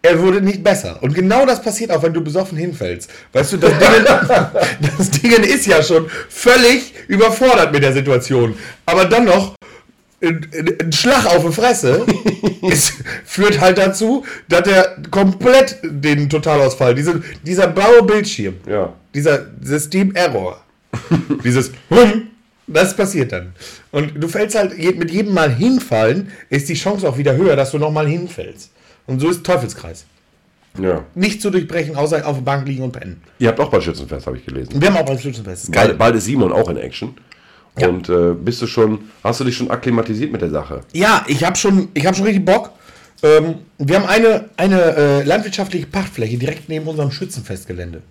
Speaker 2: Er wurde nicht besser. Und genau das passiert auch, wenn du besoffen hinfällst. Weißt du, das Ding, das Ding ist ja schon völlig überfordert mit der Situation. Aber dann noch ein, ein, ein Schlag auf die Fresse ist, führt halt dazu, dass er komplett den Totalausfall, diese, dieser blaue Bildschirm,
Speaker 1: Ja.
Speaker 2: dieser Systemerror, dieses Hum, das passiert dann. Und du fällst halt je- mit jedem Mal hinfallen, ist die Chance auch wieder höher, dass du nochmal hinfällst. Und so ist Teufelskreis.
Speaker 1: ja.
Speaker 2: Nicht zu durchbrechen, außer auf der Bank liegen und pennen.
Speaker 1: Ihr habt auch bei Schützenfest, habe ich gelesen.
Speaker 2: Wir haben auch beim Schützenfest. Ist
Speaker 1: Bald,
Speaker 2: geil.
Speaker 1: bald ist Simon auch in Action. Und äh, bist du schon, hast du dich schon akklimatisiert mit der Sache?
Speaker 2: Ja, ich habe schon, ich hab schon richtig Bock. Ähm, wir haben eine, eine äh, landwirtschaftliche Pachtfläche direkt neben unserem Schützenfestgelände.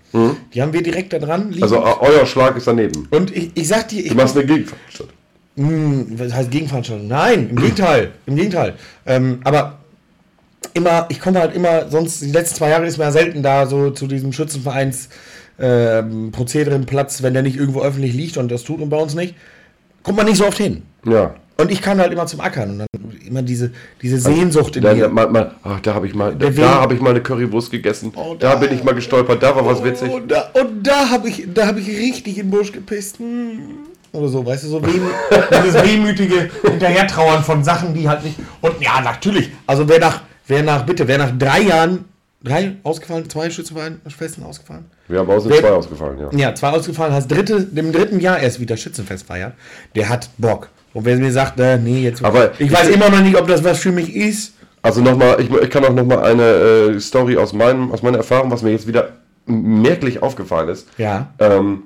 Speaker 2: Die haben wir direkt da dran liegen.
Speaker 1: Mhm. Also äh, euer Schlag ist daneben.
Speaker 2: und ich, ich sag dir, ich
Speaker 1: Du machst eine Gegenveranstaltung.
Speaker 2: was heißt Gegenveranstaltung? Nein, im Gegenteil, im Gegenteil. Ähm, aber immer, ich komme halt immer, sonst die letzten zwei Jahre ist mir ja selten da so zu diesem Schützenvereins ähm, Prozedere im Platz, wenn der nicht irgendwo öffentlich liegt und das tut und bei uns nicht, kommt man nicht so oft hin.
Speaker 1: Ja.
Speaker 2: Und ich kam halt immer zum Ackern und dann immer diese, diese Sehnsucht in
Speaker 1: Dann
Speaker 2: mir.
Speaker 1: mal, mal, ach, da habe ich mal, da,
Speaker 2: Der Weg-
Speaker 1: da habe ich mal eine Currywurst gegessen. da, Oh.
Speaker 2: Oh, da-
Speaker 1: bin ich mal gestolpert, da war was witzig.
Speaker 2: Und da, und da habe ich, da habe ich richtig in den Busch gepisst. Hm. Oder so, weißt du, so wehmü- dieses wehmütige Hinterhertrauern von Sachen, die halt nicht. Und ja, natürlich. Also wer nach, wer nach, bitte, wer nach drei Jahren, drei ausgefallen, zwei Schützenfesten ausgefallen?
Speaker 1: Wir haben aus den
Speaker 2: Wer-
Speaker 1: zwei ausgefallen, ja.
Speaker 2: Ja, zwei ausgefallen, hast dritte, im dritten Jahr erst wieder Schützenfest feiert, der hat Bock. Und wer mir sagt, äh, nee, jetzt.
Speaker 1: Aber-
Speaker 2: ich weiß immer noch nicht, ob das was für mich ist.
Speaker 1: Also nochmal, ich, ich kann auch nochmal eine äh, Story aus, meinem, aus meiner Erfahrung, was mir jetzt wieder merklich aufgefallen ist.
Speaker 2: Ja.
Speaker 1: Ähm,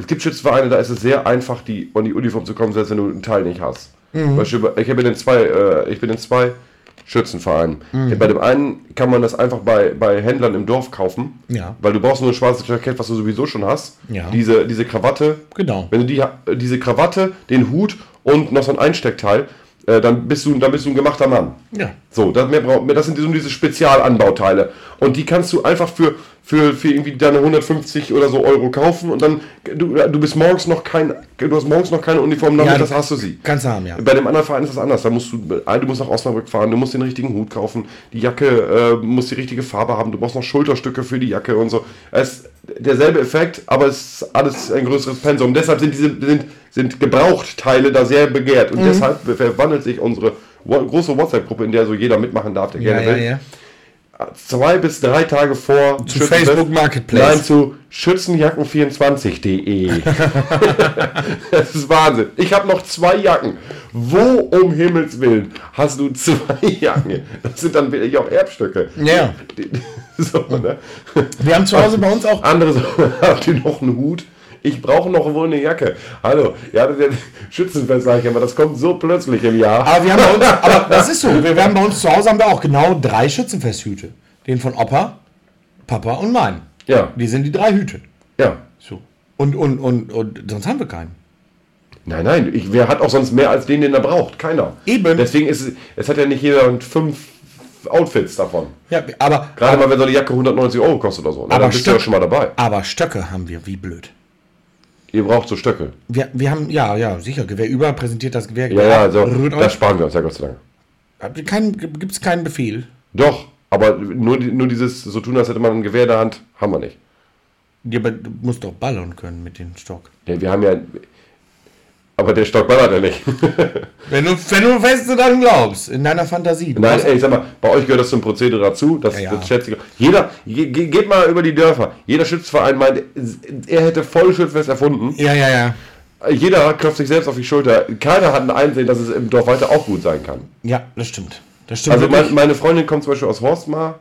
Speaker 1: es gibt Schützenvereine, da ist es sehr einfach, die an die Uniform zu kommen, selbst wenn du einen Teil nicht hast.
Speaker 2: Mhm.
Speaker 1: Zum Beispiel, ich habe in zwei, äh, ich bin in zwei Schützenvereinen.
Speaker 2: Mhm.
Speaker 1: Bei dem einen kann man das einfach bei, bei Händlern im Dorf kaufen,
Speaker 2: Ja.
Speaker 1: weil du brauchst nur ein schwarzes Jackett, was du sowieso schon hast.
Speaker 2: Ja.
Speaker 1: Diese, diese Krawatte.
Speaker 2: Genau.
Speaker 1: Wenn du die, ha- diese Krawatte, den Hut und noch so ein Einsteckteil, äh, dann bist du, dann bist du ein gemachter Mann.
Speaker 2: Ja.
Speaker 1: So, das, mehr braucht, das sind so diese Spezialanbauteile. Und die kannst du einfach für, für, für irgendwie deine 150 oder so Euro kaufen und dann, du, du bist morgens noch kein, du hast morgens noch keine Uniform, nachmittags
Speaker 2: du-
Speaker 1: hast du sie.
Speaker 2: Kannst du haben, ja.
Speaker 1: Bei dem anderen Verein ist das anders. Da musst du, äh, du musst nach Osnabrück fahren, du musst den richtigen Hut kaufen, die Jacke äh, muss die richtige Farbe haben, du brauchst noch Schulterstücke für die Jacke und so. Es ist derselbe Effekt, aber es ist alles ein größeres Pensum. Deshalb sind diese sind, sind Gebrauchtteile da sehr begehrt und
Speaker 2: Mhm.
Speaker 1: deshalb verwandelt sich unsere wo- große WhatsApp-Gruppe, in der so jeder mitmachen darf, der
Speaker 2: Ja,
Speaker 1: gerne
Speaker 2: ja,
Speaker 1: will.
Speaker 2: ja.
Speaker 1: Zwei bis drei Tage vor
Speaker 2: Zu
Speaker 1: Schützenfest-
Speaker 2: Facebook Marketplace.
Speaker 1: Nein, zu schützenjacken24.de. das ist Wahnsinn. Ich habe noch zwei Jacken. Wo um Himmels Willen hast du zwei Jacken? Das sind dann wirklich auch Erbstücke.
Speaker 2: Ja.
Speaker 1: So, ne?
Speaker 2: Wir haben zu Hause bei uns auch.
Speaker 1: Andere sagen, habt ihr noch einen Hut? Ich brauche noch wohl eine Jacke. Hallo, ja, das ist Schützenfest, sag ich, aber das kommt so plötzlich im Jahr.
Speaker 2: Aber wir haben bei uns, aber das ist so. Wir wir haben bei uns zu Hause haben wir auch genau drei Schützenfesthüte. Den von Opa, Papa und meinen.
Speaker 1: ja,
Speaker 2: Die sind die drei Hüte.
Speaker 1: ja.
Speaker 2: So. Und, und, und, und sonst haben wir keinen.
Speaker 1: Nein, nein, ich, wer hat auch sonst mehr als den, den er braucht? Keiner.
Speaker 2: Eben.
Speaker 1: Deswegen ist es, es hat ja nicht jeder fünf Outfits davon.
Speaker 2: Ja, aber,
Speaker 1: Gerade mal, wenn so eine Jacke 190 Euro kostet oder so. Na,
Speaker 2: Aber
Speaker 1: dann bist du ja
Speaker 2: Stöcke-
Speaker 1: schon mal dabei.
Speaker 2: aber Stöcke haben wir, wie blöd.
Speaker 1: Ihr braucht so Stöcke.
Speaker 2: Wir, wir haben, ja, ja, sicher, Gewehr über präsentiert das Gewehr.
Speaker 1: Ja, ja, also,
Speaker 2: Rührt
Speaker 1: das
Speaker 2: euch.
Speaker 1: sparen wir uns ja Gott sei Dank.
Speaker 2: Gibt es keinen Befehl?
Speaker 1: Doch, aber nur, die- nur dieses so tun, als hätte man ein Gewehr in der Hand, haben wir nicht.
Speaker 2: Ja, aber du musst doch ballern können mit dem Stock.
Speaker 1: Ja, wir haben ja. Aber der Stock ballert ja nicht.
Speaker 2: Wenn du, wenn du fest daran glaubst, in deiner Fantasie. Du
Speaker 1: Nein,
Speaker 2: hast-
Speaker 1: ey, ich sag mal, bei euch gehört das zum Prozedere dazu. Das,
Speaker 2: Ja, ja.
Speaker 1: das schätze ich. Jeder, ge, ge- geht mal über die Dörfer. Jeder Schützverein meint, er hätte voll Schützfest erfunden.
Speaker 2: ja, ja, ja.
Speaker 1: Jeder klopft sich selbst auf die Schulter. Keiner hat ein Einsehen, dass es im Dorf weiter auch gut sein kann.
Speaker 2: Ja, das stimmt. Das stimmt.
Speaker 1: Also
Speaker 2: wirklich.
Speaker 1: mein, meine Freundin kommt zum Beispiel aus Horstmar.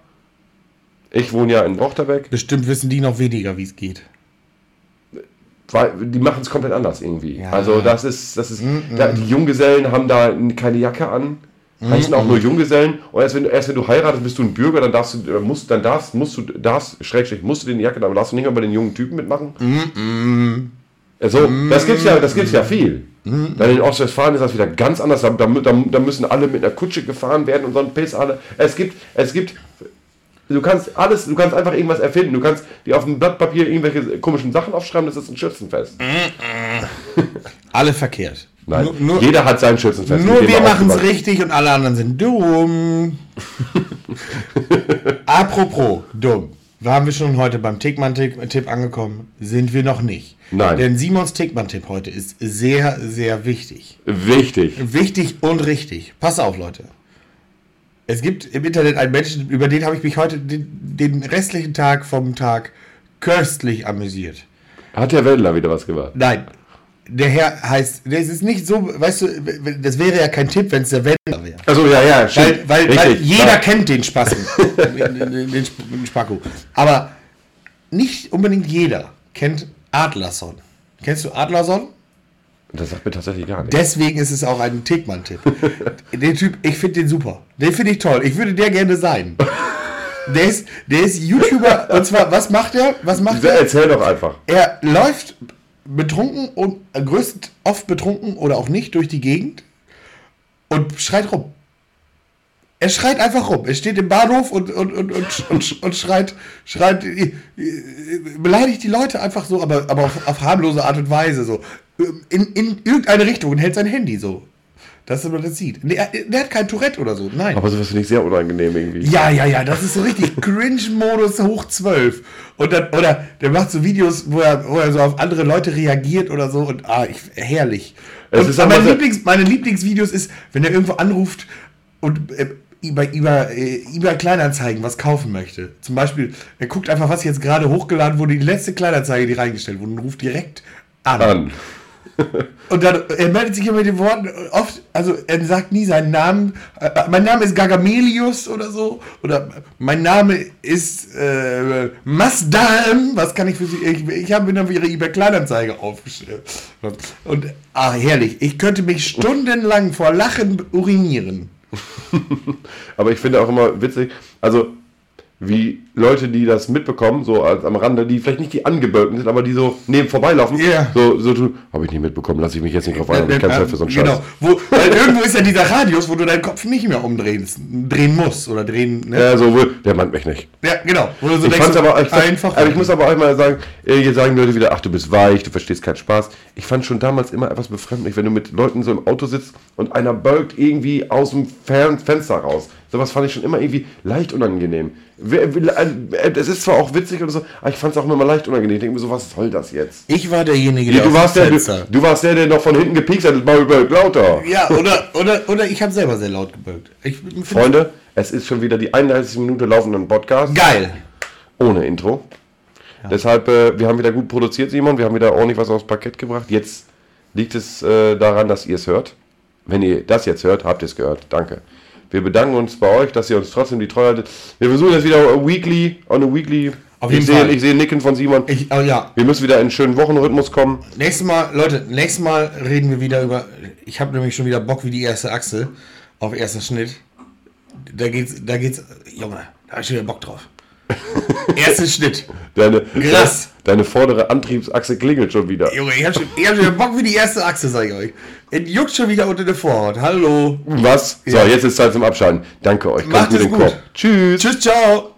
Speaker 1: Ich wohne ja in Brochterbeck.
Speaker 2: Bestimmt wissen die noch weniger, wie es geht.
Speaker 1: Weil Die machen es komplett anders irgendwie.
Speaker 2: Ja.
Speaker 1: Also das ist, das ist, da, die Junggesellen haben da n- keine Jacke an. Das sind auch nur Junggesellen. Und erst wenn, du- erst wenn du heiratest, bist du ein Bürger, dann darfst du, oder musst, dann darfst, musst du, darfst, schrägstrich, musst du den Jacke, aber darfst du nicht mehr bei den jungen Typen mitmachen. Also, das gibt's ja, das gibt's ja viel. Dann in Ostwestfalen ist das wieder ganz anders. Da, da, mü- da, da müssen alle mit einer Kutsche gefahren werden und so ein Piss alle. Es gibt, es gibt. Du kannst alles, du kannst einfach irgendwas erfinden. Du kannst dir auf ein Blatt Papier irgendwelche komischen Sachen aufschreiben, das ist ein Schützenfest.
Speaker 2: Alle verkehrt.
Speaker 1: Nein,
Speaker 2: Nur, nur,
Speaker 1: jeder hat sein Schützenfest.
Speaker 2: nur
Speaker 1: mit dem
Speaker 2: wir
Speaker 1: er
Speaker 2: machen es
Speaker 1: aufgewachsen ist.
Speaker 2: richtig und alle anderen sind dumm. Apropos dumm. Waren wir schon heute beim Tickmann-Tipp angekommen? Sind wir noch nicht.
Speaker 1: Nein.
Speaker 2: Denn Simons Tickmann-Tipp heute ist sehr, sehr wichtig.
Speaker 1: Wichtig.
Speaker 2: Wichtig und richtig. Pass auf, Leute. Es gibt im Internet einen Menschen, über den habe ich mich heute den, den restlichen Tag vom Tag köstlich amüsiert.
Speaker 1: Hat der Wendler wieder was gemacht?
Speaker 2: Nein. Der Herr heißt, das ist nicht so, weißt du, das wäre ja kein Tipp, wenn es der Wendler wäre.
Speaker 1: Also ja, ja,
Speaker 2: Weil, weil, weil
Speaker 1: Richtig.
Speaker 2: jeder
Speaker 1: Ja.
Speaker 2: kennt den Spassen. den, den Sp- den Spacko. Aber nicht unbedingt jeder kennt Adlerson. Kennst du Adlerson?
Speaker 1: Das sagt mir tatsächlich gar nichts.
Speaker 2: Deswegen ist es auch ein Tegmann-Tipp. den Typ, ich finde den super. Den finde ich toll. Ich würde der gerne sein. Der ist, der ist YouTuber. Und zwar, was macht er? Was macht er?
Speaker 1: Erzähl doch einfach.
Speaker 2: Er läuft betrunken und äh, größtenteils oft betrunken oder auch nicht durch die Gegend und schreit rum. Er schreit einfach rum. Er steht im Bahnhof und, und, und, und, und, und schreit, schreit, äh, äh, beleidigt die Leute einfach so, aber, aber auf, auf harmlose Art und Weise so. Ähm, In, in irgendeine Richtung und hält sein Handy so. dass man das sieht. Nee, er, der hat kein Tourette oder so. Nein.
Speaker 1: Aber sowas finde ich sehr unangenehm irgendwie.
Speaker 2: Ja, ja, ja, das ist so richtig Cringe-Modus hoch 12. Und dann, oder der macht so Videos, wo er, wo er so auf andere Leute reagiert oder so und ah, ich, herrlich.
Speaker 1: Es
Speaker 2: Und
Speaker 1: ist
Speaker 2: aber
Speaker 1: aber
Speaker 2: meine,
Speaker 1: so-
Speaker 2: Lieblings, meine Lieblingsvideos ist, wenn er irgendwo anruft und äh, über, über, äh, über Kleinanzeigen was kaufen möchte. Zum Beispiel, er guckt einfach, was jetzt gerade hochgeladen wurde, die letzte Kleinanzeige, die reingestellt wurde und ruft direkt
Speaker 1: An.
Speaker 2: und dann, er meldet sich immer mit den Worten oft, also er sagt nie seinen Namen. Äh, mein Name ist Gagamelius oder so. Oder mein Name ist äh, Masdam. Was kann ich für Sie? Ich, ich habe mir dann Ihre eBay-Kleinanzeige aufgestellt. Und, ah, herrlich. Ich könnte mich stundenlang vor Lachen urinieren.
Speaker 1: Aber ich finde auch immer witzig, also wie Leute, die das mitbekommen, so als am Rande, die vielleicht nicht die angebölken sind, aber die so neben vorbeilaufen,
Speaker 2: Ja.
Speaker 1: so, so tun, habe ich nicht mitbekommen, lasse ich mich jetzt nicht drauf ein, ich kann für so einen Scheiß.
Speaker 2: genau. Wo, weil irgendwo ist ja dieser Radius, wo du deinen Kopf nicht mehr umdrehen drehen musst oder drehen. Ne?
Speaker 1: Ja, so, wohl, der meint mich nicht.
Speaker 2: Ja, genau. Wo du so
Speaker 1: Ich fand's aber, ich fand,
Speaker 2: einfach.
Speaker 1: aber ich muss aber auch mal sagen, äh, jetzt sagen Leute wieder, ach du bist weich, du verstehst keinen Spaß. Ich fand schon damals immer etwas befremdlich, wenn du mit Leuten so im Auto sitzt und einer bölkt irgendwie aus dem Fern Fenster raus. Sowas fand ich schon immer irgendwie leicht unangenehm. Wer- will- äh, Es ist zwar auch witzig oder so, aber ich fand es auch immer mal leicht unangenehm. Ich denke mir so, was soll das jetzt?
Speaker 2: ich war derjenige,
Speaker 1: du,
Speaker 2: aus
Speaker 1: warst
Speaker 2: dem
Speaker 1: der,
Speaker 2: Fenster-
Speaker 1: du warst der, der noch von hinten gepiekst hat, mal über lauter.
Speaker 2: Ja, oder, oder, oder ich habe selber sehr laut gebölkt. Ich find-
Speaker 1: Freunde, es ist schon wieder die 31 Minute laufenden Podcast.
Speaker 2: geil.
Speaker 1: ohne Intro. Deshalb, äh, wir haben wieder gut produziert, Simon. Wir haben wieder ordentlich was aufs Parkett gebracht. Jetzt liegt es äh, daran, dass ihr es hört. Wenn ihr das jetzt hört, habt ihr es gehört. Danke. Wir bedanken uns bei euch, dass ihr uns trotzdem die Treue haltet. Wir versuchen das wieder weekly, on a weekly.
Speaker 2: Auf jeden
Speaker 1: ich sehe,
Speaker 2: Fall.
Speaker 1: ich sehe Nicken von Simon.
Speaker 2: Ich, oh ja,
Speaker 1: wir müssen wieder in einen schönen Wochenrhythmus kommen.
Speaker 2: nächstes Mal, Leute, nächstes Mal reden wir wieder über. Ich habe nämlich schon wieder Bock wie die erste Achse auf ersten Schnitt. Da geht's, da geht's, Junge, da hab ich schon wieder Bock drauf. Erster Schnitt.
Speaker 1: Deine,
Speaker 2: Krass.
Speaker 1: deine vordere Antriebsachse klingelt schon wieder.
Speaker 2: Junge, ich hab schon, ich hab schon wieder Bock wie die erste Achse, sag ich euch. Es juckt schon wieder unter der Vorhaut. Hallo.
Speaker 1: Was? So, jetzt ist Zeit zum Abschalten. Danke euch.
Speaker 2: Macht
Speaker 1: Kommt mit
Speaker 2: es
Speaker 1: dem
Speaker 2: gut.
Speaker 1: Korb. Tschüss.
Speaker 2: Tschüss, ciao.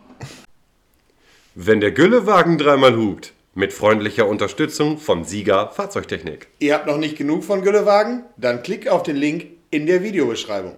Speaker 5: Wenn der Güllewagen dreimal hupt, mit freundlicher Unterstützung von Sieger Fahrzeugtechnik.
Speaker 6: Ihr habt noch nicht genug von Güllewagen? Dann klickt auf den Link in der Videobeschreibung.